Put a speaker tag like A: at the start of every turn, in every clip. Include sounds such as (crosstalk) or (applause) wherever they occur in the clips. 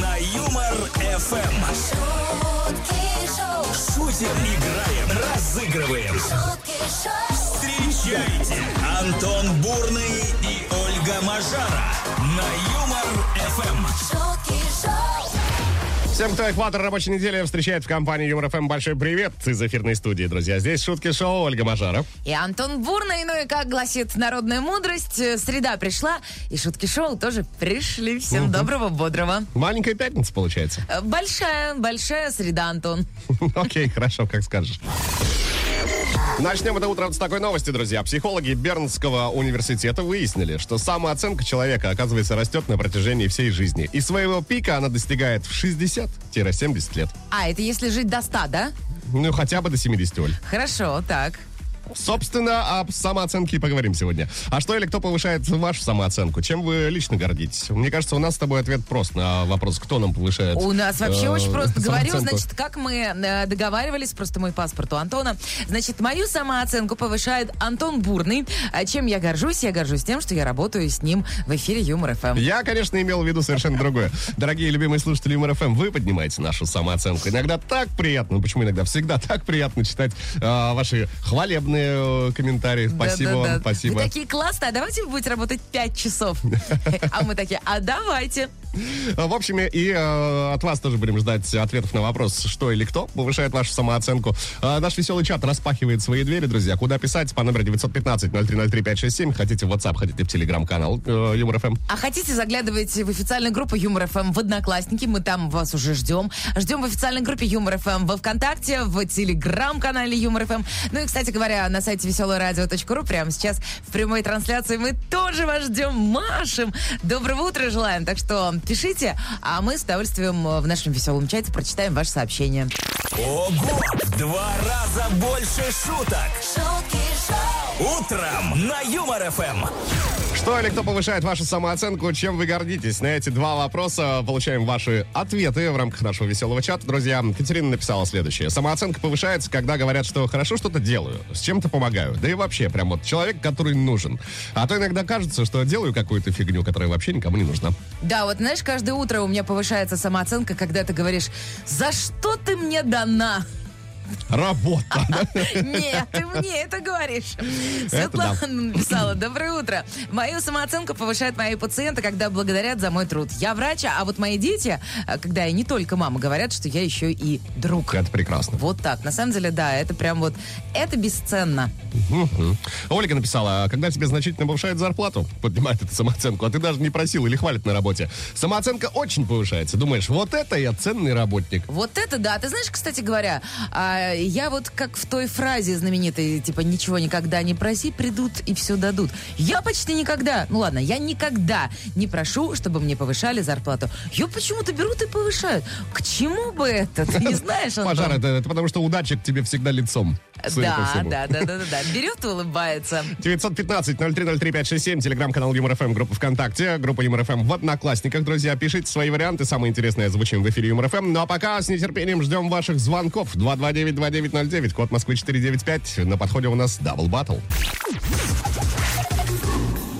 A: На Юмор ФМ. Шутим, играем, разыгрываем. Встречайте Антон Бурный и Ольга Мажара на Юмор Эм. ФМ.
B: Всем, кто экватор рабочей недели встречает в компании Юмор ФМ, большой привет из эфирной студии, друзья. Здесь шутки шоу Ольга Мажара.
C: И Антон Бурный, ну и как гласит народная мудрость, э, среда пришла, и шутки шоу тоже пришли. Всем доброго, бодрого.
B: Маленькая пятница получается. (laughs)
C: Э, Большая, большая среда, Антон.
B: Окей, хорошо, как скажешь. Начнем это утро с такой новости, друзья. Психологи Бернского университета выяснили, что самооценка человека, оказывается, растет на протяжении всей жизни. И своего пика она достигает в 60-70 лет.
C: А, это если жить до 100, да?
B: Ну, хотя бы до 70, Оль.
C: Хорошо, так.
B: Собственно, об самооценке и поговорим сегодня. А что или кто повышает вашу самооценку? Чем вы лично гордитесь? Мне кажется, у нас с тобой ответ прост на вопрос, кто нам повышает
C: У нас вообще
B: э,
C: очень просто. Говорю,
B: самооценку.
C: значит, как мы э, договаривались, просто мой паспорт у Антона. Значит, мою самооценку повышает Антон Бурный. А чем я горжусь? Я горжусь тем, что я работаю с ним в эфире Юмор ФМ.
B: Я, конечно, имел в виду совершенно другое. Дорогие любимые слушатели Юмор ФМ, вы поднимаете нашу самооценку. Иногда так приятно, ну, почему иногда, всегда так приятно читать э, ваши хвалебные э, комментарии. Спасибо
C: Да-да-да.
B: вам, спасибо.
C: Вы такие классные, а давайте вы будете работать 5 часов. А мы такие, а давайте.
B: А, В общем, и э, от вас тоже будем ждать ответов на вопрос, что или кто повышает вашу самооценку. Э, наш веселый чат распахивает свои двери, друзья. Куда писать? По номеру 915-0303-567. Хотите в WhatsApp, хотите в Telegram-канал э, Юмор ФМ.
C: А хотите, заглядывайте в официальную группу Юмор ФМ в Одноклассники. Мы там вас уже ждем. Ждем в официальной группе Юмор ФМ во ВКонтакте, в телеграм-канале Юмор ФМ. Ну и, кстати говоря, на сайте веселорадио.ру прямо сейчас в прямой трансляции мы тоже вас ждем. Машем! Доброго утра желаем. Так что пишите, а мы с удовольствием э, в нашем веселом чате прочитаем ваше сообщение.
A: Ого! В два раза больше шуток. Утром на Юмор Эм. ФМ.
B: Что или кто повышает вашу самооценку, чем вы гордитесь? На эти два вопроса получаем ваши ответы в рамках нашего веселого чата. Друзья, Катерина написала следующее. Самооценка повышается, когда говорят, что хорошо что-то делаю, с чем-то помогаю. Да и вообще, прям вот человек, который нужен. А то иногда кажется, что делаю какую-то фигню, которая вообще никому не нужна.
C: Да, вот знаешь, каждое утро у меня повышается самооценка, когда ты говоришь, за что ты мне дана? (laughs)
B: Работа. (laughs) да?
C: Нет, ты мне это говоришь.
B: Это да.
C: Светлана написала, доброе утро. Мою самооценку повышают мои пациенты, когда благодарят за мой труд. Я врач, а вот мои дети, а, когда я не только мама, говорят, что я еще и друг.
B: Это прекрасно.
C: Вот так. На самом деле, да, это прям вот, это бесценно.
B: Мгм. Ольга написала, «А когда тебе значительно повышают зарплату, поднимает эту самооценку, а ты даже не просил или хвалит на работе. Самооценка очень повышается. Думаешь, вот это я ценный работник.
C: Вот это да. Ты знаешь, кстати говоря, а, я вот как в той фразе знаменитой, типа, ничего никогда не проси, придут и все дадут. Я почти никогда, ну ладно, я никогда не прошу, чтобы мне повышали зарплату. Ее почему-то берут и повышают. К чему бы это? Ты
B: (laughs)
C: не знаешь, Антон?
B: Пожар, это, это потому что удача к тебе всегда лицом. Судя по
C: Да,
B: всему.
C: да, да, да, да,
B: (laughs)
C: да. Берет и улыбается.
B: 915-0303-567, телеграм-канал Юмор ФМ, группа ВКонтакте, группа Юмор ФМ в Одноклассниках. Друзья, пишите свои варианты, самые интересные озвучим в эфире Юмор ФМ. Ну а пока с нетерпением ждем ваших звонков. 229-2909, код Москвы 495. На подходе у нас дабл баттл.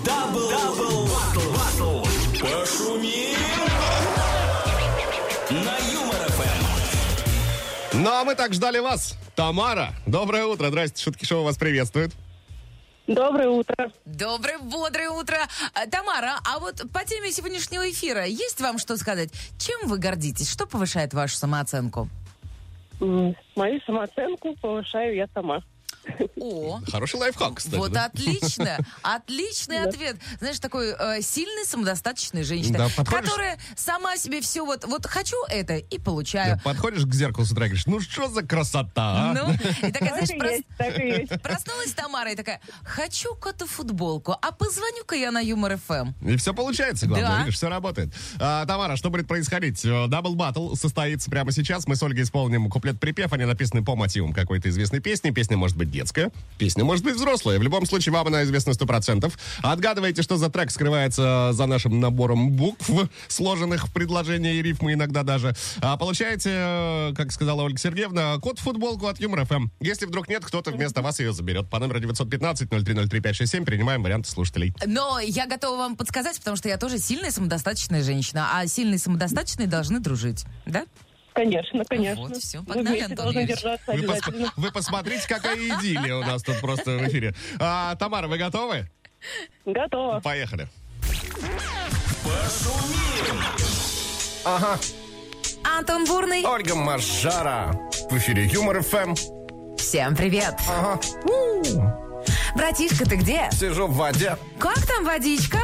A: Дабл, дабл, батл, батл. Пошумим на Юмор Эм. ФМ.
B: Ну а мы так ждали вас. Тамара, доброе утро. Здрасте, Шутки Шоу вас приветствует.
D: Доброе утро.
C: Доброе, бодрое утро. А, Тамара, а вот по теме сегодняшнего эфира есть вам что сказать? Чем вы гордитесь? Что повышает вашу самооценку?
D: М, Мою самооценку повышаю я сама.
C: О,
B: Хороший лайфхак, А, кстати.
C: Вот
B: да? (laughs)
C: отлично, отличный ответ. Знаешь, такой э, сильной, самодостаточной женщины,
B: Да, подходишь-
C: которая сама себе все вот, вот хочу это и
B: Да,
C: получаю.
B: Подходишь к зеркалу с утра и говоришь, ну что за красота, а? (laughs)
C: Ну, и такая,
D: Так
C: знаешь,
D: и
C: прос-
D: есть, так и есть.
C: проснулась Тамара и такая, хочу кота футболку, а позвоню-ка я на Юмор ФМ.
B: И все получается, главное,
C: Да.
B: видишь, все работает. А, Тамара, что будет происходить? Э, Дабл баттл состоится прямо сейчас. Мы с Ольгой исполним куплет-припев. Они написаны по мотивам какой-то известной песни. Песня может быть детская, песня может быть взрослая. В любом случае, вам она известна 100%. Отгадываете, что за трек скрывается за нашим набором букв, сложенных в предложения и рифмы иногда даже. А получаете, э, как сказала Ольга Сергеевна, код-футболку от Юмор ФМ. Если вдруг нет, кто-то вместо вас ее заберет. По номеру 915-0303-567 принимаем варианты слушателей.
C: Но я готова вам подсказать, потому что я тоже сильная самодостаточная женщина, а сильные самодостаточные должны дружить, да?
D: Конечно, конечно.
C: вот, всё,
D: Мы
C: погнали,
D: вместе
C: Антон
D: должны
C: Юрьевич.
D: держаться
B: Вы, посп-
D: обязательно.
B: вы посмотрите, какая идиллия у нас тут просто в эфире. А, Тамара, вы готовы?
D: Готово.
B: Поехали.
C: Антон Бурный.
B: Ольга Маршара. В эфире Юмор ФМ.
C: Всем привет. Братишка, ты где?
B: Сижу в воде.
C: Как там водичка?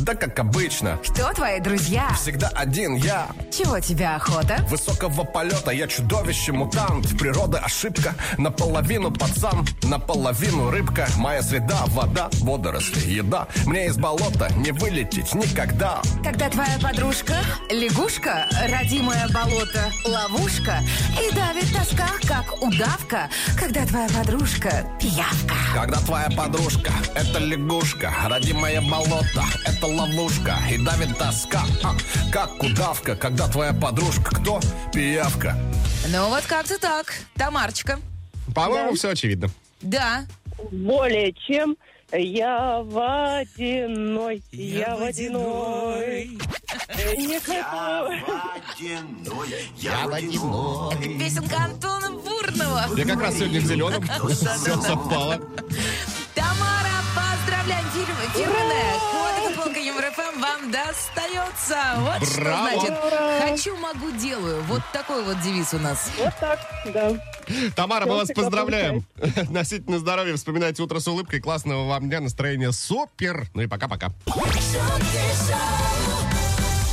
B: Да как обычно.
C: Кто твои друзья?
B: Всегда один я.
C: Чего тебе охота?
B: Высокого полета я чудовище, мутант Природа ошибка, наполовину пацан Наполовину рыбка, моя среда Вода, водоросли, еда Мне из болота не вылететь никогда
C: Когда твоя подружка, лягушка, родимое болото, ловушка, и давит тоска, как удавка, когда твоя подружка пиявка.
E: Когда твоя подружка – это лягушка, родимое болото – это ловушка и давит тоска, а, как удавка. Когда твоя подружка – кто? Пиявка.
C: Ну вот как-то так, Тамарочка.
B: По-моему, все очевидно
C: Да,
D: Более чем я водяной, я, водяной. Не хочу.
C: это песенка Антона Бурного.
B: Я как раз сегодня в зеленом Все совпало
C: Тамара, поздравляем, фирм, фирменная код футболка ЮморФМ вам достается. Вот
B: Браво.
C: что значит «хочу, могу, делаю». Вот такой вот девиз у нас.
D: Вот так, да.
B: Тамара, мы
D: Всё,
B: вас
D: всегда
B: поздравляем (laughs) Носительно здоровья, вспоминайте утро с улыбкой Классного вам дня, настроения супер Ну и пока-пока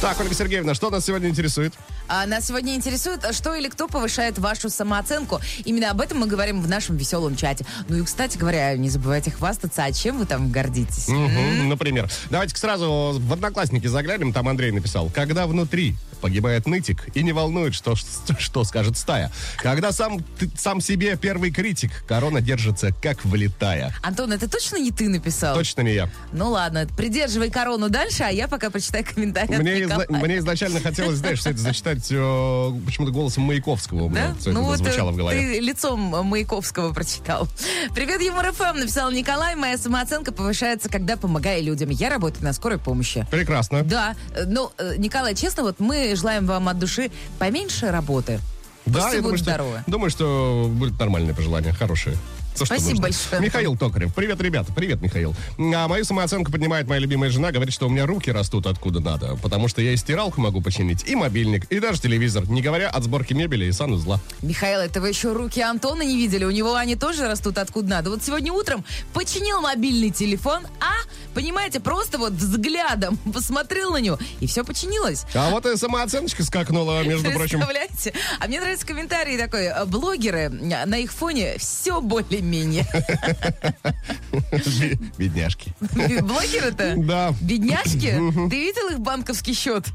B: Так, Ольга Сергеевна, что нас сегодня интересует?
C: А нас сегодня интересует, а что или кто повышает вашу самооценку. Именно об этом мы говорим в нашем веселом чате. Ну и, кстати говоря, не забывайте хвастаться, а чем вы там гордитесь.
B: Мгм, Например. Давайте сразу в Одноклассники заглянем. Там Андрей написал. Когда внутри погибает нытик и не волнует, что, что, что скажет стая. Когда сам, ты- сам себе первый критик, корона держится как влетая.
C: Антон, это точно не ты написал?
B: Точно не я.
C: Ну ладно, придерживай корону дальше, а я пока прочитаю комментарии. от
B: Мне, изна-
C: Николая.
B: мне изначально хотелось, знаешь, все это зачитать э, почему-то голосом Маяковского. У меня
C: Да?
B: все это зазвучало
C: э,
B: в голове.
C: ты лицом э, Маяковского прочитал. Привет, Юмор ФМ, написал Николай. Моя самооценка повышается, когда помогаю людям. Я работаю на скорой помощи.
B: Прекрасно.
C: Да, э, ну, э, Николай, честно, вот мы желаем вам от души поменьше работы. Пусть все
B: я думаю,
C: будут здоровы.
B: что, думаю, что будет нормальное пожелание, хорошее. То, что
C: Спасибо
B: нужно.
C: большое.
B: Михаил Токарев. Привет, ребята. Привет, Михаил. А мою самооценку поднимает моя любимая жена. Говорит, что у меня руки растут откуда надо. Потому что я и стиралку могу починить, и мобильник, и даже телевизор. Не говоря от сборки мебели и санузла.
C: Михаил, это вы еще руки Антона не видели? У него они тоже растут откуда надо. Вот сегодня утром починил мобильный телефон, а, понимаете, просто вот взглядом (laughs) посмотрел на него, и все починилось.
B: А вот и самооценочка скакнула,
C: (laughs)
B: между прочим.
C: Представляете? А мне нравится комментарий такой. э, Блогеры, э, на их фоне все более-менее. (laughs)
B: Ви- Бедняжки.
C: Блогеры-то?
B: Да.
C: Бедняжки? Ты видел их банковский счет?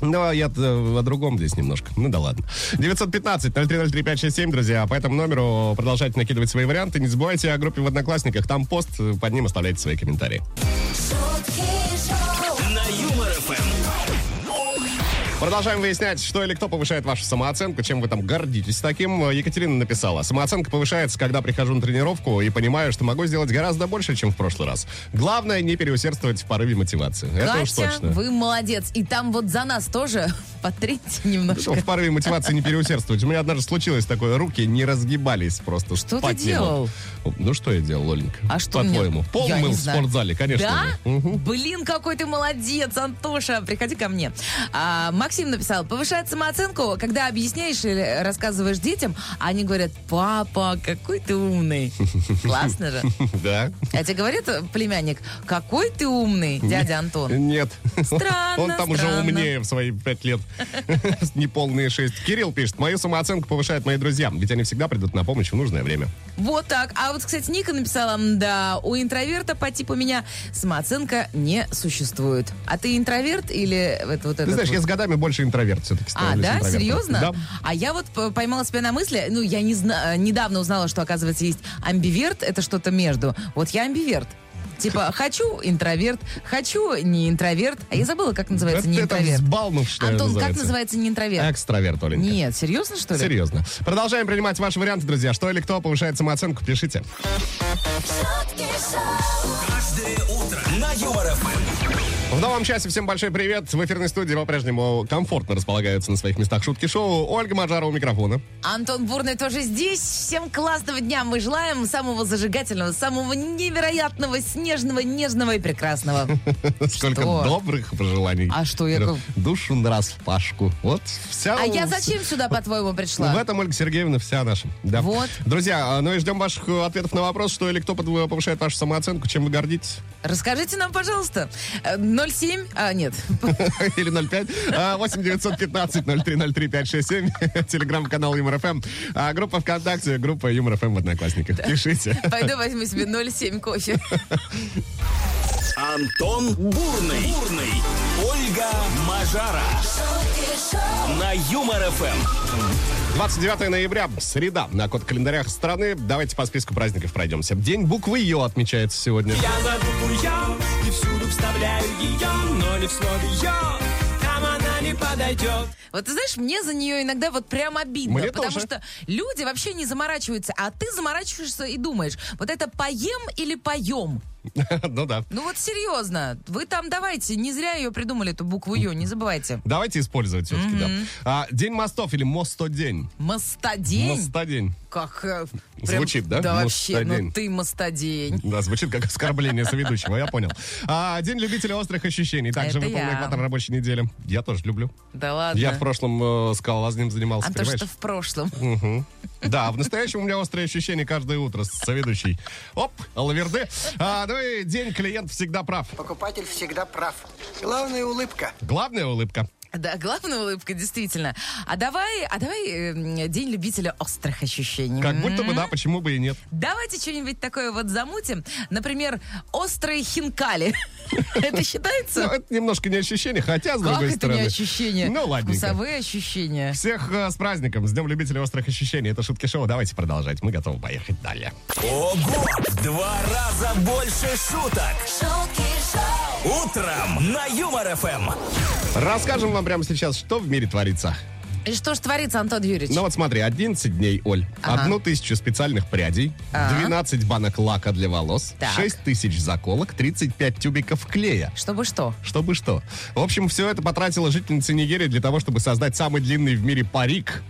B: Ну, я о другом здесь немножко. Ну да ладно. 915-0303-567, друзья. По этому номеру продолжайте накидывать свои варианты. Не забывайте о группе в Одноклассниках. Там пост, э, под ним оставляйте свои комментарии.
A: На Юмор ФМ.
B: Продолжаем выяснять, что или кто повышает вашу самооценку, чем вы там гордитесь таким. Э, Екатерина написала. Самооценка повышается, когда прихожу на тренировку и понимаю, что могу сделать гораздо больше, чем в прошлый раз. Главное, не переусердствовать в порыве мотивации. Это уж
C: Катя,
B: точно.
C: вы молодец. И там вот за нас тоже (laughs) потрите
B: Что
C: немножко.
B: Ну, в порыве мотивации не переусердствовать. У меня однажды случилось такое, руки не разгибались просто.
C: Что ты
B: потело. Ну, что я делал, Оленька?
C: А что
B: По-твоему.
C: мне-
B: Пол
C: Я не
B: мыл в
C: знаю.
B: спортзале, конечно же.
C: Да? Блин, какой ты молодец, Антоша. Приходи ко мне. А, Максим написал, повышает самооценку, когда объясняешь или рассказываешь детям, а они говорят, папа, какой
B: (laughs)
C: ты умный. Классно же.
B: Да.
C: А тебе говорит э, племянник, какой ты умный, дядя Антон.
B: Нет.
C: Странно,
B: Он там уже
C: странно.
B: умнее в свои пять лет. (laughs) Неполные шесть. Кирилл пишет, мою самооценку повышают мои друзья, ведь они всегда придут на помощь в нужное время.
C: Вот так. А вот, кстати, Ника написала, да, у интроверта по типу меня самооценка не существует. А ты интроверт или вот, вот
B: Ты
C: этот
B: знаешь,
C: вот?
B: я с годами больше интроверт все-таки
C: А, да? Серьезно?
B: Да.
C: А я вот п- поймала себя на мысли, ну, я не зна- э, недавно узнала, что, оказывается, есть амбиверт, это что-то между. Вот я амбиверт. Типа, хочу интроверт, хочу не интроверт. А я забыла, как
B: Это-
C: называется не
B: это
C: интроверт.
B: взбалмов, что ли,
C: Антон, как
B: называется?
C: называется не интроверт?
B: Экстраверт, Оленька.
C: Нет, серьезно, что ли?
B: Серьезно. Продолжаем принимать ваши варианты, друзья. Что или кто повышает самооценку, пишите.
F: шутки шоу,
A: Каждое утро на Юмор ФМ.
B: В новом часе всем большой привет. В эфирной студии по-прежнему комфортно располагаются на своих местах шутки шоу. Ольга Мажара у микрофона. (laughs)
C: Антон Бурный тоже здесь. Всем классного дня. Мы желаем самого зажигательного, самого невероятного, снежного, нежного и (laughs) прекрасного.
B: Сколько
C: Что?
B: добрых пожеланий.
C: А что, Яков?
B: Душу на распашку. Вот вся...
C: А я зачем сюда, по-твоему,
B: В
C: пришла?
B: этом Ольга Сергеевна вся наша. Да.
C: Вот.
B: Друзья, а, ну и ждем ваших э, ответов на вопрос, что или кто под- повышает вашу самооценку, чем вы гордитесь.
C: Расскажите нам, пожалуйста. Э, 07... А, нет. (laughs)
B: (laughs) Или 05. а, 8 915 0303 (laughs) 567. Телеграм-канал Юмор ФМ. А, Группа ВКонтакте, группа Юмор ФМ в Одноклассниках. Пишите.
C: Пойду возьму себе 0,7 кофе.
A: Антон Бурный. Бурный. Ольга Мажара.
F: шутки шоу,
A: На Юмор Эм. ФМ.
B: 29 ноября, среда, на код календарях страны. Давайте по списку праздников пройдемся. День буквы Ё отмечается сегодня. (laughs)
G: Я за букву «Ё» и всюду вставляю ее, но не в слове «Ё», там она не подойдет.
C: Вот ты знаешь, мне за нее иногда вот прям обидно.
B: Мне
C: потому
B: тоже.
C: что люди вообще не заморачиваются, а ты заморачиваешься и думаешь, вот это поем или поем?
B: Ну да.
C: Ну вот серьезно, вы там давайте, не зря ее придумали, эту букву Ё, не забывайте.
B: Давайте использовать все-таки, да. А, День мостов или Мостодень.
C: Мостодень?
B: Мостодень.
C: Как... э,
B: Звучит, да?
C: Да вообще,
B: Мостодень.
C: ну ты мостодень.
B: Да, звучит как оскорбление соведущего, я понял. А, день любителя острых ощущений. Также
C: Это
B: выполнил
C: я.
B: экватор рабочей недели. Я тоже люблю.
C: Да ладно.
B: Я в прошлом э, скалолазанием занимался,
C: А то,
B: понимаешь?
C: что в прошлом.
B: Мгм. Да, в настоящем у меня острые ощущения каждое утро с соведущей. Оп, лаверды. А, ну и день клиент всегда прав.
H: Покупатель всегда прав. Главная улыбка.
B: Главная улыбка.
C: Да, главная улыбка, действительно. А давай, а давай э, день любителя острых ощущений.
B: Как
C: М?
B: будто бы да, почему бы и нет.
C: Давайте что-нибудь такое вот замутим. Например, острые хинкали. (laughs) Это
B: Ну,
C: считается?
B: это немножко не ощущение, хотя, с
C: Как
B: другой
C: это
B: стороны.
C: не ощущение?
B: Ну, ладненько.
C: Вкусовые ощущения.
B: Всех э, с праздником, с Днем любителей острых ощущений. Это Шутки Шоу. Давайте продолжать. Мы готовы поехать далее.
A: Ого! В Два раза больше шуток.
F: шутки шоу,
A: Утром на Юмор Эм. ФМ.
B: Расскажем вам прямо сейчас, что в мире творится.
C: И что ж творится, Антон Юрьевич?
B: Ну вот смотри, 11 дней, Оль,
C: Ага.
B: одну тысячу специальных прядей,
C: Ага.
B: 12 банок лака для волос,
C: Так.
B: 6 тысяч заколок, 35 тюбиков клея.
C: Чтобы что?
B: Чтобы что. В общем, все это потратила жительница Нигерии для того, чтобы создать самый длинный в мире парик.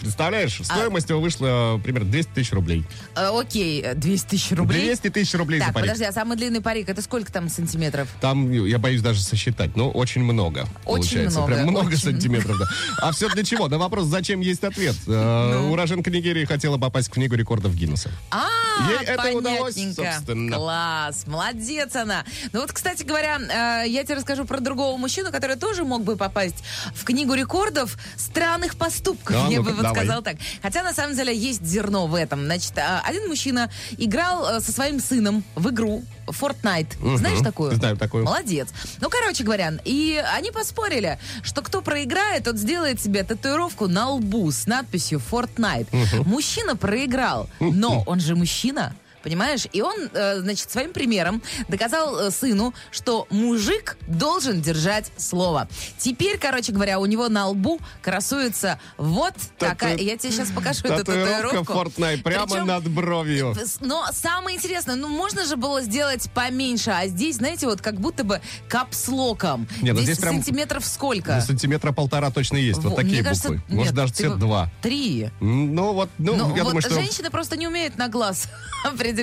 B: Представляешь,
C: А
B: стоимость его вышла э, примерно 200 тысяч рублей.
C: Э, окей, э, 200 тысяч рублей.
B: 200 тысяч рублей
C: Так,
B: за парик.
C: подожди, а самый длинный парик, это сколько там сантиметров?
B: Там, э, я боюсь даже сосчитать, но очень много. получается.
C: много,
B: Прям много
C: очень.
B: сантиметров. да. А все для чего? На вопрос, зачем есть ответ. Э,
C: Ну.
B: Уроженка Нигерии хотела попасть в книгу рекордов Гиннесса.
C: А,
B: Ей это удалось,
C: понятненько.
B: собственно.
C: Класс, молодец она. Ну вот, кстати говоря, э, я тебе расскажу про другого мужчину, который тоже мог бы попасть в книгу рекордов странных поступков.
B: А,
C: я
B: ну-ка,
C: бы вот
B: давай.
C: сказала так. Хотя на самом деле есть зерно в этом. Значит, э, один мужчина играл э, со своим сыном в игру Fortnite. Знаешь такую?
B: Знаю такую.
C: Молодец. Ну, короче говоря, и они поспорили, что кто проиграет, тот сделает себе татуировку на лбу с надписью Fortnite. Мужчина проиграл, но он же мужчина. Понимаешь? И он, э, значит, своим примером доказал э, сыну, что мужик должен держать слово. Теперь, короче говоря, у него на лбу красуется вот
B: Тату-
C: такая... Я тебе сейчас покажу эту
B: Татуировка
C: татуировку.
B: Fortnite прямо
C: Причем-
B: над бровью.
C: с- Но самое интересное, ну можно же было сделать поменьше, а здесь, знаете, вот как будто бы капслоком.
B: Не, ну здесь
C: здесь
B: прям-
C: сантиметров
B: Ну,
C: сколько?
B: Сантиметра полтора точно есть. Вот
C: Во,
B: такие
C: мне кажется,
B: буквы.
C: нет,
B: Может, даже
C: ты
B: цвет
C: бы-
B: 2.
C: Три.
B: Ну, вот, ну,
C: Ну,
B: я
C: вот
B: думаю, что...
C: женщины просто не умеют на глаз (laughs) определять.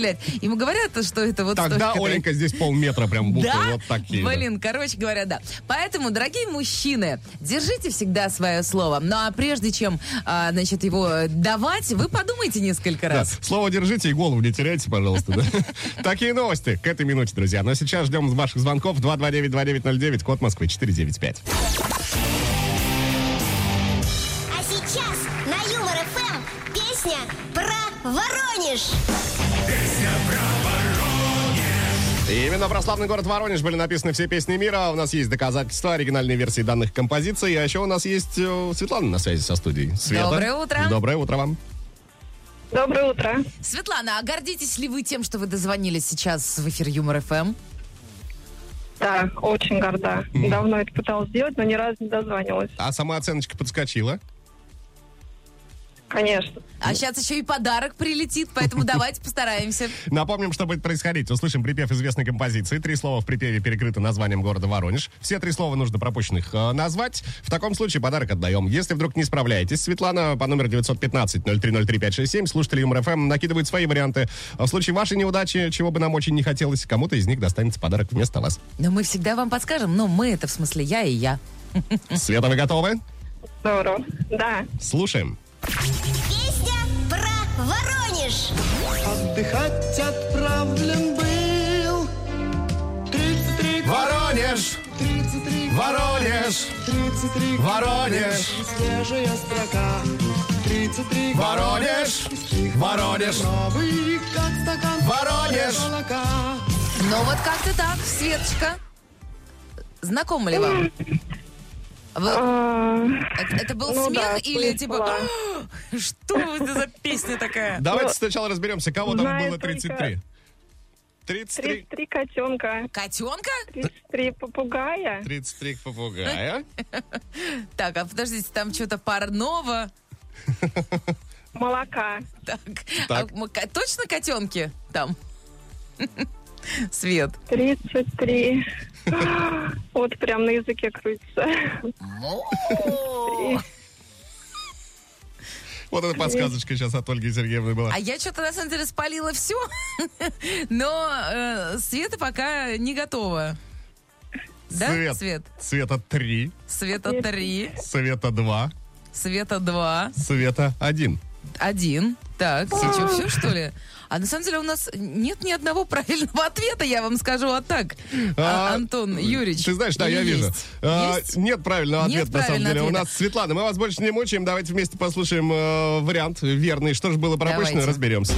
C: Им говорят, что это вот
B: Тогда,
C: столько-то.
B: Оленька, здесь полметра прям буквы.
C: Да?
B: Вот такие. да.
C: Блин, короче говоря, да. Поэтому, дорогие мужчины, держите всегда свое слово. Ну а прежде чем, а, значит, его давать, вы подумайте несколько
B: Да,
C: раз.
B: Слово держите и голову не теряйте, пожалуйста.
C: (laughs)
B: да. Такие новости к этой минуте, друзья. Ну, а Но сейчас ждем ваших звонков 229-2909, код Москвы 495.
F: А сейчас на Юмор ФМ песня про Воронеж.
B: И именно про славный город Воронеж были написаны все песни мира. У нас есть доказательства оригинальной версии данных композиций. А еще у нас есть э, Светлана на связи со студией. Света.
C: Доброе утро.
B: Доброе утро вам.
D: Доброе утро.
C: Светлана, а гордитесь ли вы тем, что вы дозвонились сейчас в эфир Юмор ФМ?
D: Да, очень горда. Давно это пыталась сделать, но ни разу не дозванивалась.
B: А самооценочка подскочила.
D: Конечно.
C: А сейчас еще и подарок прилетит, поэтому давайте постараемся.
B: Напомним, что будет происходить. Услышим припев известной композиции. Три слова в припеве перекрыты названием города Воронеж. Все три слова нужно пропущенных э, назвать. В таком случае подарок отдаем. Если вдруг не справляетесь, Светлана по номеру 915-0303-567, слушатели Юмор ФМ накидывают свои варианты. Э, В случае вашей неудачи, чего бы нам очень не хотелось, кому-то из них достанется подарок вместо вас.
C: Но мы всегда вам подскажем. Но мы это в смысле я и я.
B: Света, вы готовы?
D: Здорово. Да.
B: Слушаем.
F: Песня про Воронеж.
G: Отдыхать отправлен был. 33,
B: Воронеж!
G: 33,
B: Воронеж!
G: 33,
B: Воронеж!
G: свежая строка. 33,
B: Воронеж! Воронеж!
G: новый, как стакан
B: Воронеж!
G: молока.
C: Ну вот как-то так, Светочка. Знакомо ли вам? Вы-
D: А,
C: это, это был
D: ну
C: смех
D: да,
C: или типа...
D: слышала.
C: «А, Что это за песня такая?
B: Давайте сначала разберемся, кого там
D: знаю
B: было 33.
D: 33.
B: 33.
D: 33 котенка,
C: Котенка?
D: 33 попугая.
B: 33 попугая.
C: Так, а подождите, там что-то парного.
D: Молока.
C: Так.
B: Так.
C: А мы ко- точно котенки там? (laughs) Свет.
D: 33. Вот прям на языке крутится.
B: Вот эта подсказочка сейчас от Ольги Сергеевны была.
C: А я что-то на самом деле спалила все, (laughs) но э, Света пока не готова. Да,
B: Свет.
C: Свет?
B: Света 3,
C: Света
D: Свет.
C: 3,
B: Света 2,
C: Света 2,
B: Света 1.
C: 1. Так, что, все что ли? А на самом деле у нас нет ни одного правильного (laughs) ответа, я вам скажу, а так, а, Антон Юрьевич.
B: Ты знаешь, да,
C: или
B: я вижу.
C: есть?
B: А,
C: Есть?
B: Нет правильного
C: Нет
B: ответа, на самом
C: правильного
B: деле. У
C: ответа.
B: нас Светлана, мы вас больше не мучаем. Давайте вместе послушаем э, вариант верный. Что же было пропущено,
C: Давайте.
B: разберемся.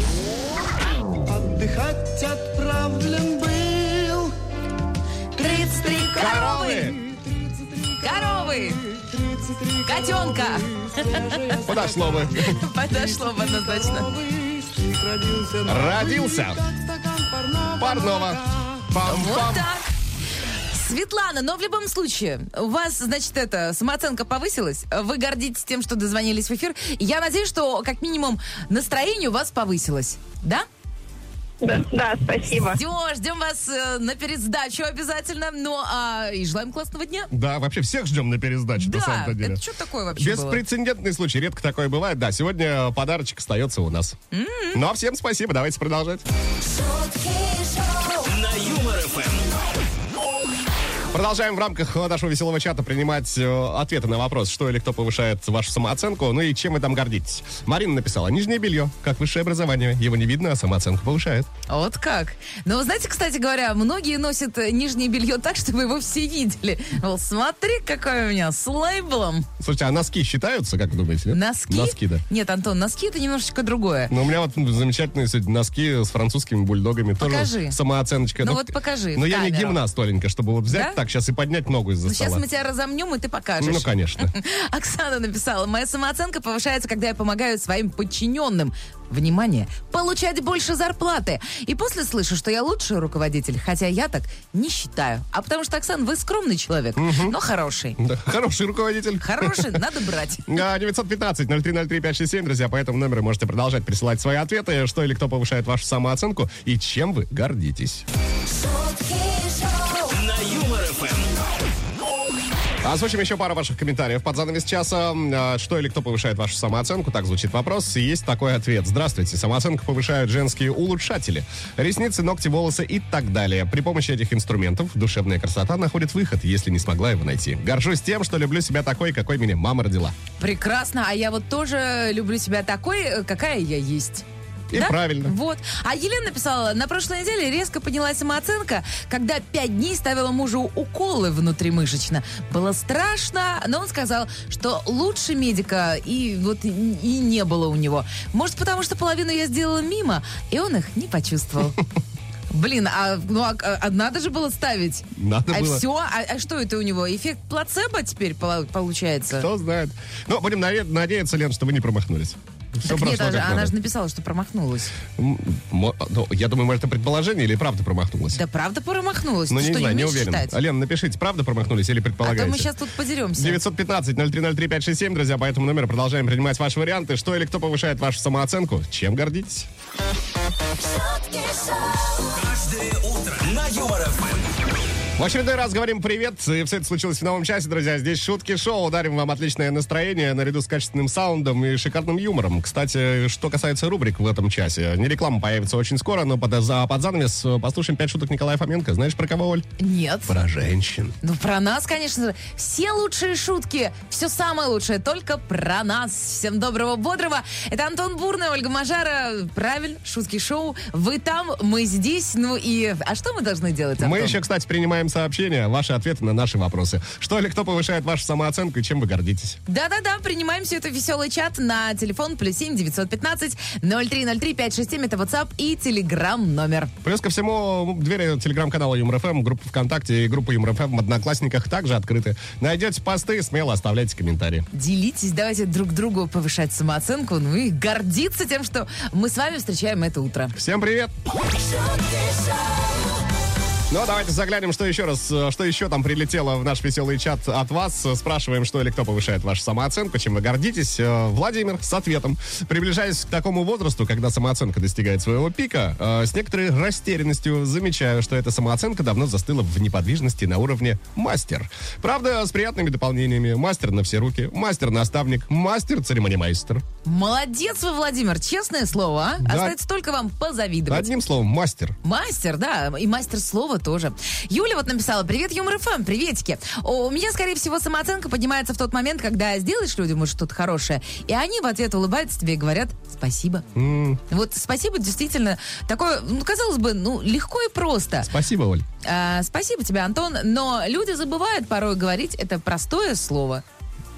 G: Отдыхать отправлен был.
C: 33 коровы, коровы,
G: 33,
C: котенка.
B: Подошло бы.
C: (laughs) Подошло бы однозначно.
G: Новый родился на
B: Родился
G: стакан парного.
B: Парнова. Пам-пам.
C: Вот так. Светлана, но в любом случае, у вас, значит, это, самооценка повысилась, вы гордитесь тем, что дозвонились в эфир. Я надеюсь, что, как минимум, настроение у вас повысилось, да?
D: Да, да, спасибо.
C: Все, ждем вас э, на пересдачу обязательно, ну, а, и желаем классного дня.
B: Да, вообще всех ждем на пересдачу, на
C: да,
B: самом-то деле.
C: это что такое вообще было?
B: Беспрецедентный случай, редко такое бывает. Да, сегодня подарочек остается у нас.
C: М-м.
B: Ну а всем спасибо, давайте продолжать.
F: Шутки шоу.
A: На Юмор ФМ.
B: Продолжаем в рамках э, нашего веселого чата принимать э, ответы на вопрос, что или кто повышает вашу самооценку, ну и чем вы там гордитесь. Марина написала, нижнее белье, как высшее образование. Его не видно, а самооценку повышает.
C: Вот как. Но вы знаете, кстати говоря, многие носят э, нижнее белье так, чтобы его все видели. Мол, смотри, какое у меня с лейблом.
B: Слушайте, а носки считаются, как вы думаете? нет?
C: Носки?
B: Носки, да.
C: Нет, Антон, носки это немножечко другое.
B: Ну, у меня вот м, замечательные сегодня носки с французскими бульдогами. Тоже
C: Покажи.
B: самооценочка.
C: Ну вот покажи,
B: Но
C: в
B: я не
C: камеру.
B: гимнаст, Оленька, чтобы вот взять
C: Да?
B: так сейчас и поднять ногу из-за
C: Ну, сейчас
B: стола.
C: мы тебя разомнем, и ты покажешь.
B: ну, конечно.
C: (laughs) Оксана написала, моя самооценка повышается, когда я помогаю своим подчиненным. Внимание! Получать больше зарплаты. И после слышу, что я лучший руководитель, хотя я так не считаю. А потому что, Оксан, вы скромный человек, но хороший.
B: Да, Хороший руководитель.
C: Хороший надо брать.
B: А, 915-0303-567, друзья, по этому номеру можете продолжать присылать свои ответы, что или кто повышает вашу самооценку и чем вы гордитесь.
F: Шутки шоу.
A: На Юмор ФМ.
B: Озвучим еще пару ваших комментариев под занавес часа. А, Что или кто повышает вашу самооценку? Так звучит вопрос. И есть такой ответ. Здравствуйте. Самооценку повышают женские улучшатели. Ресницы, ногти, волосы и так далее. При помощи этих инструментов душевная красота находит выход, если не смогла его найти. Горжусь тем, что люблю себя такой, какой меня мама родила.
C: Прекрасно. А я вот тоже люблю себя такой, э, какая я есть.
B: И
C: Да?
B: правильно.
C: Вот. А Елена написала, на прошлой неделе резко поднялась самооценка, когда пять дней ставила мужу уколы внутримышечно. Было страшно, но он сказал, что лучше медика и вот и не было у него. Может, потому что половину я сделала мимо, и он их не
B: (laughs)
C: почувствовал. Блин, а, ну, а, а надо же было ставить.
B: Надо
C: а
B: было.
C: все? А, а что это у него? Эффект плацебо теперь пола- получается?
B: Кто знает. Ну, будем наде- надеяться, Лен, что вы не промахнулись. Все
C: Так нет,
B: прошло
C: а же-
B: как
C: она
B: надо.
C: же написала, что промахнулась.
B: М, мо- ну, я думаю, может, это предположение или правда промахнулась?
C: Да правда промахнулась.
B: Ну,
C: Ты
B: не
C: что,
B: знаю, не
C: умеешь
B: уверен.
C: читать?
B: Лен, напишите, правда промахнулись или
C: А
B: предполагаете?
C: то мы сейчас тут подеремся.
B: 915-0303-567, друзья, по этому номеру продолжаем принимать ваши варианты. Что или кто повышает вашу самооценку? Чем гордитесь?
F: Шутки шоу.
A: Каждое утро на Юмор Эм. ФМ.
B: В очередной раз говорим привет, и все это случилось в новом часе, друзья. Здесь шутки шоу, дарим вам отличное настроение наряду с качественным саундом и шикарным юмором. Кстати, что касается рубрик в этом часе, не реклама появится очень скоро, но под, за, под занавес э, послушаем пять шуток Николая Фоменко. Знаешь про кого, Оль?
C: Нет.
B: Про женщин.
C: Ну, про нас, конечно же. Все лучшие шутки, все самое лучшее, только про нас. Всем доброго, бодрого. Это Антон Бурный, Ольга Мажара. Правильно, шутки шоу. Вы там, мы здесь. Ну и... А что мы должны делать, Антон?
B: Мы еще, кстати, принимаем сообщения, ваши ответы на наши вопросы. Что или кто повышает вашу самооценку и чем вы гордитесь?
C: Да-да-да, принимаем все это в веселый чат на телефон плюс 7 915 0303 567. Это WhatsApp и Telegram номер.
B: Плюс ко всему, двери телеграм-канала ЮморФМ, группа ВКонтакте и группа ЮморФМ в Одноклассниках также открыты. Найдете посты, смело оставляйте комментарии.
C: Делитесь, давайте друг другу повышать самооценку, ну и гордиться тем, что мы с вами встречаем это утро.
B: Всем привет!
F: Шутки шоу.
B: Ну, давайте заглянем, что еще раз, э, что еще там прилетело в наш веселый чат от вас. Э, Спрашиваем, что или кто повышает вашу самооценку, чем вы гордитесь. Э, Владимир с ответом. Приближаясь к такому возрасту, когда самооценка достигает своего пика, э, с некоторой растерянностью замечаю, что эта самооценка давно застыла в неподвижности на уровне мастер. Правда, с приятными дополнениями. Мастер на все руки, мастер-наставник, мастер-церемонимайстер.
C: Молодец вы, Владимир, честное слово, а?
B: Да.
C: Остается только вам позавидовать.
B: Одним словом, мастер.
C: Мастер, да, и мастер слова тоже. Юля вот написала, привет, Юмор ФМ, приветики. О, у меня, скорее всего, самооценка поднимается в тот момент, когда сделаешь людям что-то хорошее, и они в ответ улыбаются тебе и говорят спасибо. Вот спасибо действительно такое, ну, казалось бы, ну, легко и просто.
B: Спасибо, Оль.
C: А, спасибо тебе, Антон, но люди забывают порой говорить это простое слово.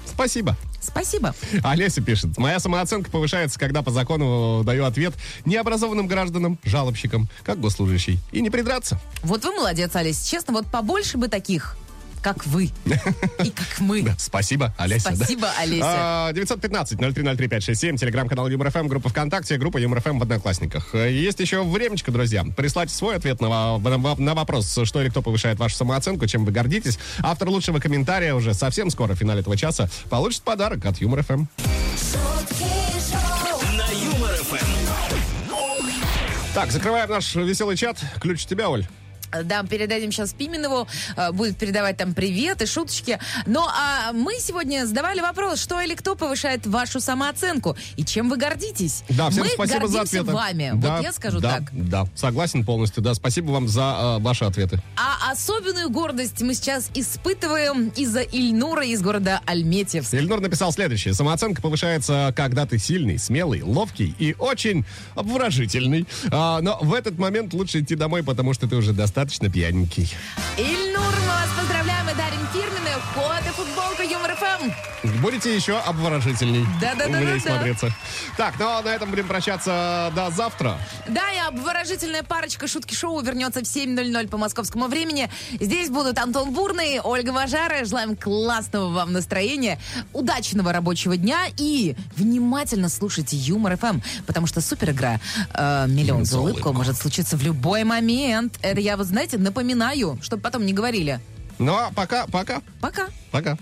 B: Спасибо.
C: Спасибо.
B: (laughs) Олеся пишет. Моя самооценка повышается, когда по закону даю ответ необразованным гражданам, жалобщикам, как госслужащий. И не придраться.
C: Вот вы молодец, Олесь. Честно, вот побольше бы таких, как
B: (laughs)
C: вы и как мы.
B: Спасибо, Олеся. да.
C: Спасибо, Олеся.
B: А, 915-0303-567, телеграм-канал ЮморФМ, группа ВКонтакте, группа ЮморФМ в Одноклассниках. Э, Есть еще времечко, друзья. Прислать свой ответ на, во- на во- на вопрос, что или кто повышает вашу самооценку, чем вы гордитесь. Автор лучшего комментария уже совсем скоро, в финале этого часа, получит подарок от ЮморФМ.
F: Шутки шоу.
A: На Юмор ФМ.
B: Так, закрываем наш веселый чат. Ключ у тебя, Оль.
C: Да, передадим сейчас Пименову, э, будет передавать там привет и шуточки. Но а мы сегодня задавали вопрос, что или кто повышает вашу самооценку и чем вы гордитесь.
B: Да, всем
C: мы
B: спасибо за
C: гордимся
B: ответы.
C: вами,
B: Да,
C: вот я скажу
B: да,
C: так.
B: Да, согласен полностью, да. Спасибо вам за э, ваши ответы.
C: А особенную гордость мы сейчас испытываем из-за Ильнура из города Альметьевск.
B: Ильнур написал следующее. Самооценка повышается, когда ты сильный, смелый, ловкий и очень обворожительный. А, но в этот момент лучше идти домой, потому что ты уже достаточно пьяненький.
C: Ильнур, мы вас поздравляем и дарим фирменную кот и футболку Юмор ФМ.
B: Будете еще обворожительней.
C: Да-да-да-да-да.
B: Умнее смотреться. Так, ну а на этом будем прощаться до завтра.
C: Да, и обворожительная парочка шутки шоу вернется в 7.00 по московскому времени. Здесь будут Антон Бурный, Ольга Важара. Желаем классного вам настроения, удачного рабочего дня и внимательно слушайте Юмор ФМ, потому что супер игра э, «Миллион за улыбку» может случиться в любой момент. Это я, вот знаете, напоминаю, чтобы потом не говорили.
B: Ну а пока, пока,
C: Пока.
B: пока.